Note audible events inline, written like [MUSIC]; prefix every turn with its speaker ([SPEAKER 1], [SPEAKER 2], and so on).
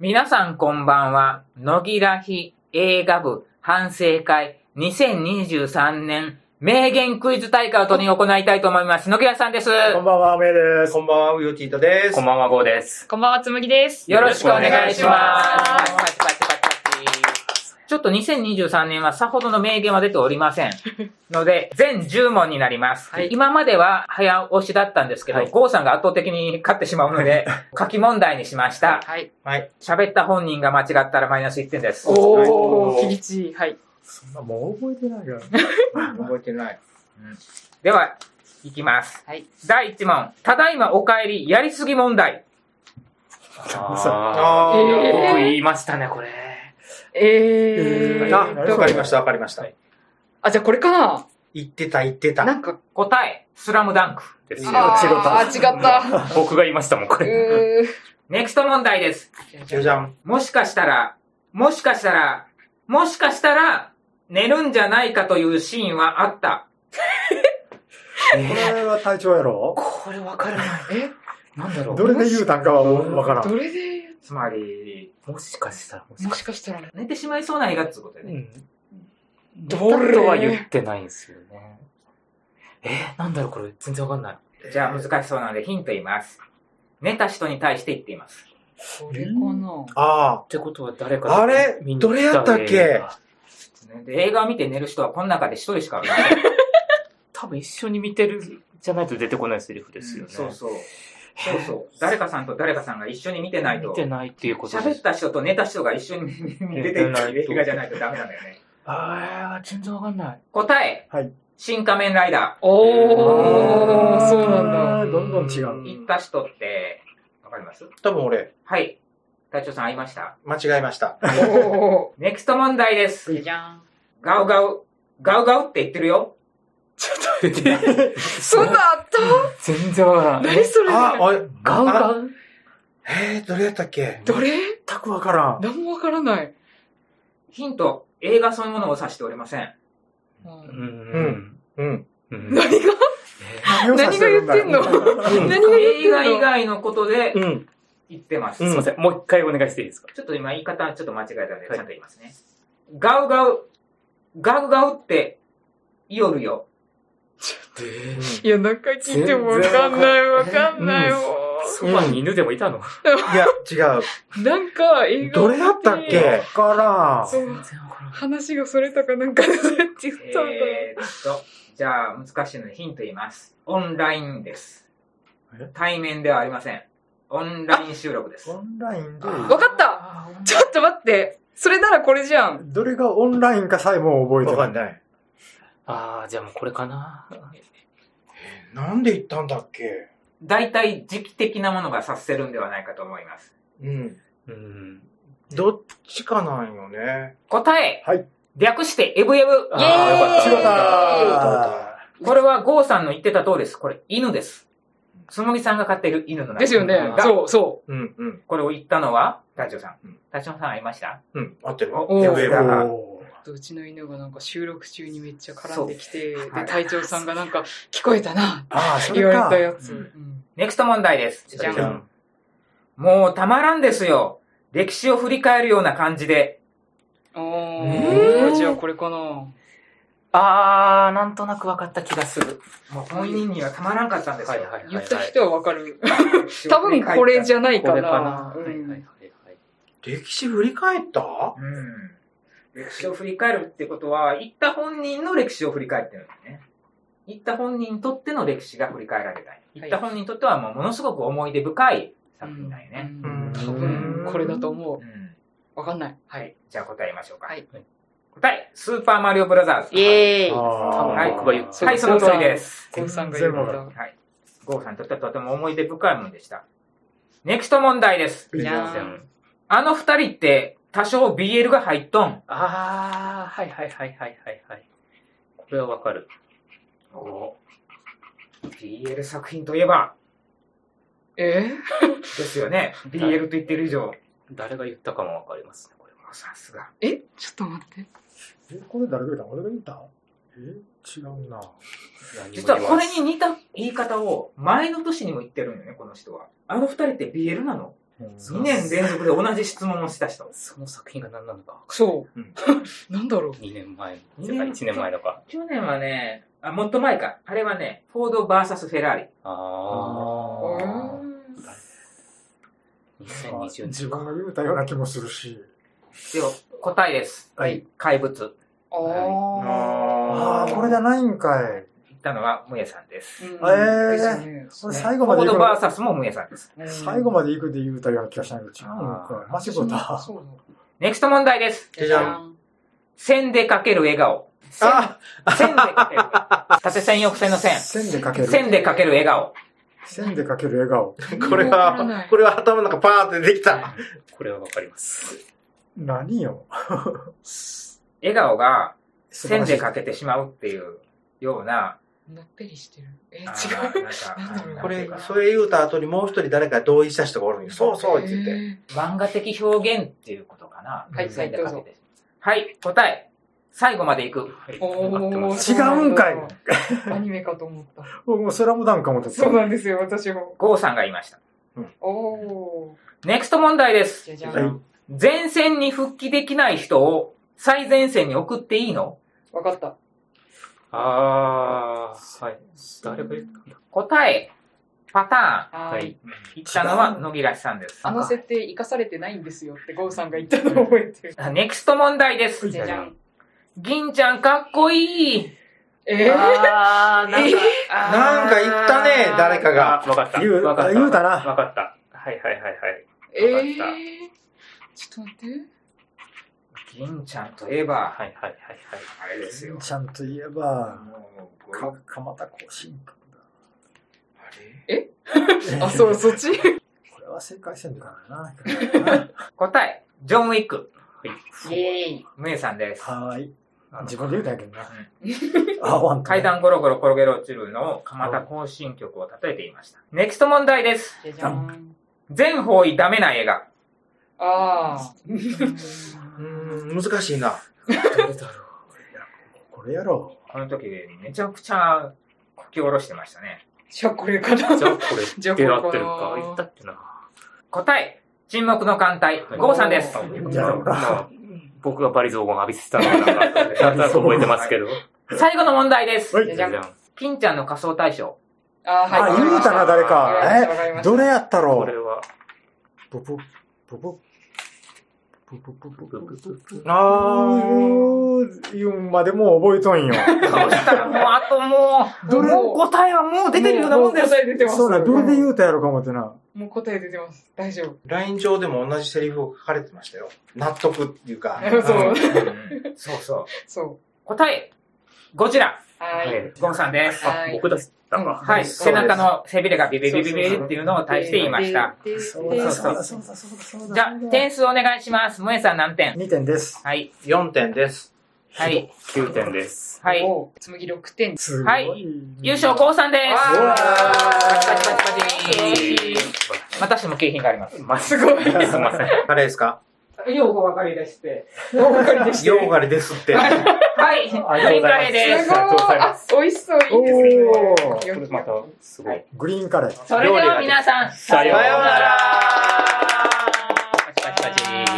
[SPEAKER 1] 皆さんこんばんは。野木らひ映画部反省会2023年名言クイズ大会を取り行いたいと思います。野木らさんです。
[SPEAKER 2] こんばんは、めで
[SPEAKER 3] こんばんは、ウヨティータです。
[SPEAKER 4] こんばんは、ゴーです。
[SPEAKER 5] こんばんは、つむぎです。
[SPEAKER 1] よろしくお願いします
[SPEAKER 5] パチ。
[SPEAKER 1] ちょっと2023年はさほどの名言は出ておりません。ので、全10問になります。
[SPEAKER 5] はい
[SPEAKER 1] 今までは早押しだったんですけど、
[SPEAKER 4] はい
[SPEAKER 1] ゴーさんが圧倒的に勝ってしまうの [LAUGHS] で、書き問題にしました。
[SPEAKER 5] はい。
[SPEAKER 3] はい。
[SPEAKER 1] 喋った本人が間違ったらマイナス1点です。
[SPEAKER 3] おー
[SPEAKER 5] 厳しい。はい。
[SPEAKER 2] そんなもう覚えてな
[SPEAKER 3] [LAUGHS]
[SPEAKER 2] いよ。
[SPEAKER 3] 覚えてない。
[SPEAKER 1] では、いきます。
[SPEAKER 5] はい。
[SPEAKER 1] 第1問。ただいまお帰り、やりすぎ問題。
[SPEAKER 4] あ
[SPEAKER 3] あー、
[SPEAKER 4] ー
[SPEAKER 5] えー
[SPEAKER 4] よく言いましたね、これ。
[SPEAKER 5] え
[SPEAKER 2] ー
[SPEAKER 3] あ、
[SPEAKER 2] なる
[SPEAKER 3] わかりました、わかりました。
[SPEAKER 5] あ、じゃあこれか
[SPEAKER 3] 言ってた、言って
[SPEAKER 5] なな
[SPEAKER 3] た。
[SPEAKER 5] んか、
[SPEAKER 1] 答え、スラムダンク。
[SPEAKER 4] です
[SPEAKER 3] あ
[SPEAKER 4] よ
[SPEAKER 3] ー
[SPEAKER 5] あー、違った。
[SPEAKER 4] 僕が言いましたもん、こ
[SPEAKER 5] う
[SPEAKER 4] れ。
[SPEAKER 5] ー
[SPEAKER 1] ネクスト問題です。
[SPEAKER 3] じゃじゃん。
[SPEAKER 1] もしかしたら、もしかしたら、もしかしたら、寝るんじゃないかというシーンはあった。
[SPEAKER 2] これは体調やろ
[SPEAKER 4] これわからない。
[SPEAKER 5] え、
[SPEAKER 4] なんだろ
[SPEAKER 2] ど
[SPEAKER 4] う。
[SPEAKER 2] れで言うたんかはもうわからん。
[SPEAKER 5] どれで、
[SPEAKER 1] つまり、
[SPEAKER 4] もしかしたら、もし
[SPEAKER 5] も
[SPEAKER 4] か
[SPEAKER 5] しかしたらね。
[SPEAKER 1] 寝てしまいそうな映画ってことだよね。
[SPEAKER 4] どれとは言ってないんですよね。えー、なんだろう、これ。全然わかんない。
[SPEAKER 1] じゃあ難しそうなのでヒント言います。寝た人に対して言っています。
[SPEAKER 5] これかな
[SPEAKER 3] あ
[SPEAKER 4] ってことは誰か
[SPEAKER 3] あれどれやったっけ
[SPEAKER 4] 映画
[SPEAKER 1] で映画を見て寝る人はこの中で一人しかいない。
[SPEAKER 4] 多分一緒に見てるじゃないと出てこないセリフですよね。
[SPEAKER 1] そうそう。そうそう。誰かさんと誰かさんが一緒に見てないと
[SPEAKER 4] 見。てないっていうこと
[SPEAKER 1] 喋
[SPEAKER 4] で
[SPEAKER 1] っ
[SPEAKER 4] す。
[SPEAKER 1] た人と寝た人が一緒に [LAUGHS] 出ていく映画じゃないとダメなんだよね。
[SPEAKER 4] ああ、全然わかんない。
[SPEAKER 1] [LAUGHS] 答え、
[SPEAKER 2] はい
[SPEAKER 1] 新仮面ライダ
[SPEAKER 5] おー、そうなんだ。
[SPEAKER 2] だ。どんどん違う。
[SPEAKER 1] ー。行った人って、わかります
[SPEAKER 3] あ、多分俺、
[SPEAKER 1] はい。隊長さん会いました。
[SPEAKER 3] 間違えました。
[SPEAKER 5] お
[SPEAKER 1] ネクスト問題です。
[SPEAKER 5] ー。じゃじゃん。
[SPEAKER 1] ガウガウ。ガウガウって言ってるよ。
[SPEAKER 5] そんなあった
[SPEAKER 4] 全然わからない。
[SPEAKER 5] 何それ
[SPEAKER 3] あ、おい、
[SPEAKER 4] ガウガウ
[SPEAKER 3] えー、どれやったっけ
[SPEAKER 5] どれ
[SPEAKER 2] 全くわからん。
[SPEAKER 5] 何もわからない。
[SPEAKER 1] ヒント、映画そのものを指しておりません。
[SPEAKER 5] う
[SPEAKER 4] うんん。
[SPEAKER 3] うん。
[SPEAKER 4] うん
[SPEAKER 5] 何が
[SPEAKER 2] 何
[SPEAKER 5] 何が言ってんの何が
[SPEAKER 1] 映
[SPEAKER 5] 言
[SPEAKER 1] 画
[SPEAKER 5] って
[SPEAKER 1] 以
[SPEAKER 5] んの
[SPEAKER 1] 外のことで
[SPEAKER 4] うん。
[SPEAKER 1] 言ってます。
[SPEAKER 4] すみません。もう一回お願いしていいですか
[SPEAKER 1] ちょっと今言い方ちょっと間違えたんで、ちゃんと言いますね。ガウガウ、ガウガウって、言おるよ。
[SPEAKER 5] いや、何回聞いてもわかんない、わかんないよ。
[SPEAKER 4] そばに犬でもいたの
[SPEAKER 3] いや、違う。
[SPEAKER 5] なんか、映画
[SPEAKER 3] どれやったっけ
[SPEAKER 2] わからん。
[SPEAKER 5] そう話がそれたかなんかでそうやって言ったんだ。
[SPEAKER 1] えーっと、じゃあ難しいのでヒント言います。オンラインです
[SPEAKER 2] え。
[SPEAKER 1] 対面ではありません。オンライン収録です
[SPEAKER 2] オ。ンラインで、
[SPEAKER 5] わかったちょっと待って。それならこれじゃん。
[SPEAKER 2] どれがオンラインかさえもう覚え
[SPEAKER 3] わ
[SPEAKER 2] てな
[SPEAKER 3] か
[SPEAKER 2] い。
[SPEAKER 3] んない。
[SPEAKER 4] ああ、じゃあもうこれかな。
[SPEAKER 3] なんで言ったんだっけ
[SPEAKER 1] 大体時期的なものが察せるんではないかと思います。
[SPEAKER 3] うん。
[SPEAKER 4] うん。
[SPEAKER 3] どっちかなんよね。
[SPEAKER 1] 答え、
[SPEAKER 2] はい
[SPEAKER 1] 略してエブエブ。
[SPEAKER 4] ああ、よかった。
[SPEAKER 2] 違っ
[SPEAKER 3] あ
[SPEAKER 2] た。
[SPEAKER 1] これはゴーさんの言ってた通りです。これ犬です。つむぎさんが飼っている犬の名前
[SPEAKER 5] ですよね。
[SPEAKER 1] が
[SPEAKER 5] そう、そ
[SPEAKER 3] うん、うん。
[SPEAKER 1] これを言ったのは、大長さ
[SPEAKER 3] うん
[SPEAKER 1] ん。大長さん会いました
[SPEAKER 3] うん、合ってる。
[SPEAKER 1] お
[SPEAKER 3] エブエブ
[SPEAKER 1] おー
[SPEAKER 2] お
[SPEAKER 5] う。うちの犬がなんか収録中にめっちゃ絡んできて、
[SPEAKER 1] そうはい
[SPEAKER 5] で、隊長さんがなんか、聞こえたな、
[SPEAKER 2] ああ、そ
[SPEAKER 5] 言
[SPEAKER 2] れ
[SPEAKER 5] われ
[SPEAKER 2] か
[SPEAKER 5] た。やつ。
[SPEAKER 3] うん
[SPEAKER 5] うん
[SPEAKER 1] ネクスト問題です。
[SPEAKER 5] じゃ
[SPEAKER 3] じゃん。
[SPEAKER 1] もうたまらんですよ。歴史を振り返るような感じで。
[SPEAKER 5] お
[SPEAKER 3] う
[SPEAKER 5] ー。
[SPEAKER 3] ん
[SPEAKER 5] じゃあこれかな。
[SPEAKER 4] ああ、なんとなくわかった気がする。
[SPEAKER 1] もう本人にはたまらんかったんですよ。
[SPEAKER 4] はいはいはい。
[SPEAKER 5] 言った人はわかる。
[SPEAKER 1] 多
[SPEAKER 5] 多分これじ
[SPEAKER 1] ゃ。
[SPEAKER 5] ゃない
[SPEAKER 4] こ
[SPEAKER 5] か
[SPEAKER 4] れか
[SPEAKER 5] な
[SPEAKER 4] な。。
[SPEAKER 5] う
[SPEAKER 4] はいはいはい
[SPEAKER 5] ん
[SPEAKER 4] はい。
[SPEAKER 3] 歴史振り返った
[SPEAKER 1] うん。歴史を振り返るってことは、行った本人の歴史を振り返ってるんだよね。行った本人にとっての歴史が振り返られたい。行った本人にとってはもうものすごく思い出深い作品だよね。
[SPEAKER 5] うん
[SPEAKER 2] うん
[SPEAKER 5] 多分これだと思
[SPEAKER 1] う。
[SPEAKER 5] うんわかんない。
[SPEAKER 1] はい。じゃあ答え言いましょうか。
[SPEAKER 5] はい
[SPEAKER 1] 答え、スーパーマリオブラザーズ。
[SPEAKER 5] エーイ
[SPEAKER 4] 多
[SPEAKER 2] あ
[SPEAKER 4] 分僕が言った。
[SPEAKER 1] はい、その通りです。
[SPEAKER 5] ゴンさんが言う
[SPEAKER 2] 全部
[SPEAKER 5] た
[SPEAKER 2] わ
[SPEAKER 1] はい。ゴーさんにとってはとても思い出深いものでした。ネクスト問題です。
[SPEAKER 5] じゃ
[SPEAKER 4] う
[SPEAKER 5] ーん。
[SPEAKER 4] ん
[SPEAKER 1] あの二人って多少 BL が入っとん。
[SPEAKER 4] ああ、はいはいはいはいはいはい。これはわかる。
[SPEAKER 1] お BL 作品といえば、
[SPEAKER 5] え
[SPEAKER 1] ですよね。BL と言ってる以上。
[SPEAKER 4] 誰が言ったかもわかりますね、これは。
[SPEAKER 1] さすが。
[SPEAKER 5] ーえちょっと待って。
[SPEAKER 2] え、これ誰が言った俺が言ったえ、違うな。
[SPEAKER 1] 実はこれ
[SPEAKER 4] 何も
[SPEAKER 1] に似た言い方を前の年にも言ってるんよね、この人は。あの二人って BL なの
[SPEAKER 4] そ
[SPEAKER 1] 2
[SPEAKER 4] の
[SPEAKER 1] 年連続で同じ質問をした人。
[SPEAKER 4] その作品が何なのか。
[SPEAKER 5] そう。
[SPEAKER 3] う
[SPEAKER 5] [LAUGHS] なんだろう。
[SPEAKER 4] 2年前
[SPEAKER 1] 二
[SPEAKER 4] と
[SPEAKER 1] 年
[SPEAKER 4] か1年前とか。
[SPEAKER 1] 去年はね、あ、もっと前か。あれはね、フォード VS フェラーリ。
[SPEAKER 4] ああ。
[SPEAKER 2] ま
[SPEAKER 4] 2020
[SPEAKER 2] あ
[SPEAKER 4] 年。
[SPEAKER 2] 自分が見たような気もするし。
[SPEAKER 1] では、答えです。
[SPEAKER 2] はい。
[SPEAKER 1] 怪物。
[SPEAKER 5] ああ
[SPEAKER 2] ああ、これじゃないんかい。
[SPEAKER 1] 言ったのはムエさんです。
[SPEAKER 5] うん
[SPEAKER 2] ええ
[SPEAKER 5] ですね
[SPEAKER 2] これ最
[SPEAKER 1] フ
[SPEAKER 2] 後ま
[SPEAKER 1] ォ
[SPEAKER 2] で
[SPEAKER 1] ード
[SPEAKER 2] 行くの
[SPEAKER 1] VS もムエさんです。
[SPEAKER 5] うん
[SPEAKER 2] 最後まで行くで言うたような気がしたんだけど、違うの
[SPEAKER 4] あ
[SPEAKER 2] か。マジだ。
[SPEAKER 5] そう
[SPEAKER 1] ネクスト問題です。
[SPEAKER 5] そう
[SPEAKER 3] じゃ
[SPEAKER 1] 線でかける笑顔。線
[SPEAKER 3] あ
[SPEAKER 1] 線でかける。縦線抑線の線。
[SPEAKER 2] 線でかける。
[SPEAKER 1] 線でかける笑顔。
[SPEAKER 2] 線でかける笑顔。
[SPEAKER 3] これ
[SPEAKER 5] わからな
[SPEAKER 3] は、
[SPEAKER 5] い
[SPEAKER 3] これは頭の中パーってできた。
[SPEAKER 4] これはわかります。
[SPEAKER 2] 何よ。
[SPEAKER 1] 笑顔が
[SPEAKER 2] 素晴
[SPEAKER 1] 線
[SPEAKER 2] らしい
[SPEAKER 1] でかけてしまうっていうような。
[SPEAKER 5] のっぺりしてる。え、違
[SPEAKER 1] あ
[SPEAKER 5] う。
[SPEAKER 1] ーなん
[SPEAKER 5] なんだ
[SPEAKER 1] かあなん
[SPEAKER 3] こ
[SPEAKER 5] ろう
[SPEAKER 1] てい
[SPEAKER 3] れ
[SPEAKER 1] う、か
[SPEAKER 3] それ言うた後にもう一人誰か同意した人がおるんよそうそうって言って。
[SPEAKER 5] え
[SPEAKER 1] 漫画的表現っていうことかな。
[SPEAKER 5] はい
[SPEAKER 1] 線でかけ
[SPEAKER 5] はいどう
[SPEAKER 1] てはい、答え。最後まで行く。
[SPEAKER 5] ー。お
[SPEAKER 2] 違うんかい
[SPEAKER 5] い。アニメかと思った。
[SPEAKER 2] 僕もスラムダンクかもとった
[SPEAKER 5] そうなんですよ、私も。
[SPEAKER 1] ゴーさんが言いました。
[SPEAKER 5] おお
[SPEAKER 1] ネクスト問題で
[SPEAKER 5] ー。じ
[SPEAKER 1] す
[SPEAKER 5] ゃ。じゃ
[SPEAKER 2] はい
[SPEAKER 5] ん。
[SPEAKER 1] 前線に復帰できない人を最前線に送っていいの
[SPEAKER 5] わかった。
[SPEAKER 4] ああ、はい。誰が言ったんだ
[SPEAKER 1] 答え、パターン。
[SPEAKER 5] は
[SPEAKER 4] はいい。。
[SPEAKER 1] 言ったのは野木らしさんです。
[SPEAKER 5] あの設定生かされてないんですよってゴーさんが言ったのを覚えてる。
[SPEAKER 1] ネクスト問題です。
[SPEAKER 5] じゃじゃん。
[SPEAKER 1] 銀ちゃんかっこいい。
[SPEAKER 5] えー、
[SPEAKER 4] ああ、なんか、
[SPEAKER 3] なんか言ったね、誰かが。
[SPEAKER 4] あわかった。
[SPEAKER 2] 言う
[SPEAKER 4] わかった
[SPEAKER 2] 言うたな
[SPEAKER 4] わかった。はいはいはいはい。
[SPEAKER 5] えー
[SPEAKER 4] わかっ、
[SPEAKER 5] ちょっと待って。
[SPEAKER 1] 銀ちゃんといえば、
[SPEAKER 4] はいはいはいはい。
[SPEAKER 1] あれですよ。
[SPEAKER 2] ちゃんと言えば、
[SPEAKER 1] もう
[SPEAKER 2] か、蒲田甲信君だ。
[SPEAKER 5] あ、そう、
[SPEAKER 2] こ
[SPEAKER 5] そっち
[SPEAKER 2] れは世界線でか
[SPEAKER 1] [LAUGHS]
[SPEAKER 2] ないな。
[SPEAKER 1] 答え、ジョン・ウィック。
[SPEAKER 5] イエーイ。
[SPEAKER 1] ムエさんです。
[SPEAKER 2] はーい。
[SPEAKER 4] あの
[SPEAKER 2] 自分で言うたんやけどな。あ、ワンと
[SPEAKER 1] 階。段ゴロゴロ転げ落ちるのを蒲田行進曲を例えていました。ネクスト問題です。
[SPEAKER 5] じゃじゃん。
[SPEAKER 1] 全方位ダメな映画。
[SPEAKER 5] あ
[SPEAKER 3] [LAUGHS] うーん、難しいな。
[SPEAKER 2] どれだろう。これやろ
[SPEAKER 1] この時めちゃくちゃこき下ろしてましたね。
[SPEAKER 5] あ。じゃあこれかな。
[SPEAKER 4] じゃあこれ、
[SPEAKER 5] [LAUGHS] じゃあ
[SPEAKER 4] 出会っ
[SPEAKER 5] こ
[SPEAKER 4] て
[SPEAKER 5] れ
[SPEAKER 4] る
[SPEAKER 5] かな
[SPEAKER 4] か。言ったっけな。
[SPEAKER 1] 答え、沈黙の艦隊、ゴーさんです。
[SPEAKER 5] お
[SPEAKER 2] う。
[SPEAKER 5] ー
[SPEAKER 2] やろうな。
[SPEAKER 4] まあ僕がバリ雑言浴びせてたのはなんか、なんとなく覚えてますけど。
[SPEAKER 1] 最後の問題です。
[SPEAKER 2] はい
[SPEAKER 5] じゃ
[SPEAKER 4] じ
[SPEAKER 5] じ
[SPEAKER 4] ゃ
[SPEAKER 5] ゃん
[SPEAKER 4] じゃん。
[SPEAKER 1] 金ちゃんの仮装大賞。
[SPEAKER 5] あー、はい。
[SPEAKER 2] あ言うたな誰か
[SPEAKER 5] わりましたわかりました
[SPEAKER 2] どれやったろ
[SPEAKER 4] これ
[SPEAKER 2] う。
[SPEAKER 4] は、
[SPEAKER 2] ブブブブブブブブブブブ
[SPEAKER 3] あ
[SPEAKER 2] ブ言うまでもう覚えとんよ。
[SPEAKER 1] どうしたらもう、あともう、
[SPEAKER 5] どれ
[SPEAKER 1] もう答えはもう出てるようなもんで
[SPEAKER 5] もう
[SPEAKER 1] す。
[SPEAKER 5] 答え出てます。
[SPEAKER 2] そうだ、どれで言うたやろうか思ってな。
[SPEAKER 5] もう答え出てます。大丈夫。
[SPEAKER 3] LINE 上でも同じセリフを書かれてましたよ。納得っていうか。
[SPEAKER 5] そう
[SPEAKER 3] うん
[SPEAKER 1] うんそうそう。
[SPEAKER 5] そ
[SPEAKER 1] 答え、ゴジラ、
[SPEAKER 5] う。は。
[SPEAKER 4] はいい。
[SPEAKER 1] ゴンさんです。
[SPEAKER 5] は
[SPEAKER 4] あ、
[SPEAKER 5] い
[SPEAKER 4] 僕だった
[SPEAKER 5] うん
[SPEAKER 4] か。
[SPEAKER 1] はい、
[SPEAKER 5] そ
[SPEAKER 1] 背
[SPEAKER 5] うです
[SPEAKER 1] 中の背びれがビビビビビビっていうのを対して言いました。。
[SPEAKER 2] そう
[SPEAKER 1] だ
[SPEAKER 2] だ、
[SPEAKER 1] そ
[SPEAKER 2] そう
[SPEAKER 1] だ
[SPEAKER 2] うだ、そうだ、そうだ。
[SPEAKER 1] じゃあ、点数お願いします。萌えさん何点
[SPEAKER 2] 2点です。
[SPEAKER 1] はい、
[SPEAKER 3] 4点です。
[SPEAKER 1] はい、
[SPEAKER 4] 9点です。
[SPEAKER 1] はい。
[SPEAKER 5] おー。つむぎ6点。
[SPEAKER 2] す
[SPEAKER 1] は
[SPEAKER 2] ご
[SPEAKER 1] い
[SPEAKER 2] い。
[SPEAKER 1] 優勝ゴーさんです。パ
[SPEAKER 5] わ
[SPEAKER 1] チパチパチパチまたしても景品があります。
[SPEAKER 4] まあ、すごい。すいません。
[SPEAKER 3] 誰ですか
[SPEAKER 1] ようお分かりでして。
[SPEAKER 5] お分かりでした。
[SPEAKER 3] ?4 割ですって。
[SPEAKER 1] はい、グリーンカレーですす
[SPEAKER 5] ご。い。あ、美味しそう。いいですね。
[SPEAKER 2] おー
[SPEAKER 5] よく
[SPEAKER 4] また、すごい。
[SPEAKER 2] グリーンカレー。
[SPEAKER 1] それでは皆さん、
[SPEAKER 4] さ
[SPEAKER 3] ようなら
[SPEAKER 1] パチパチパチ。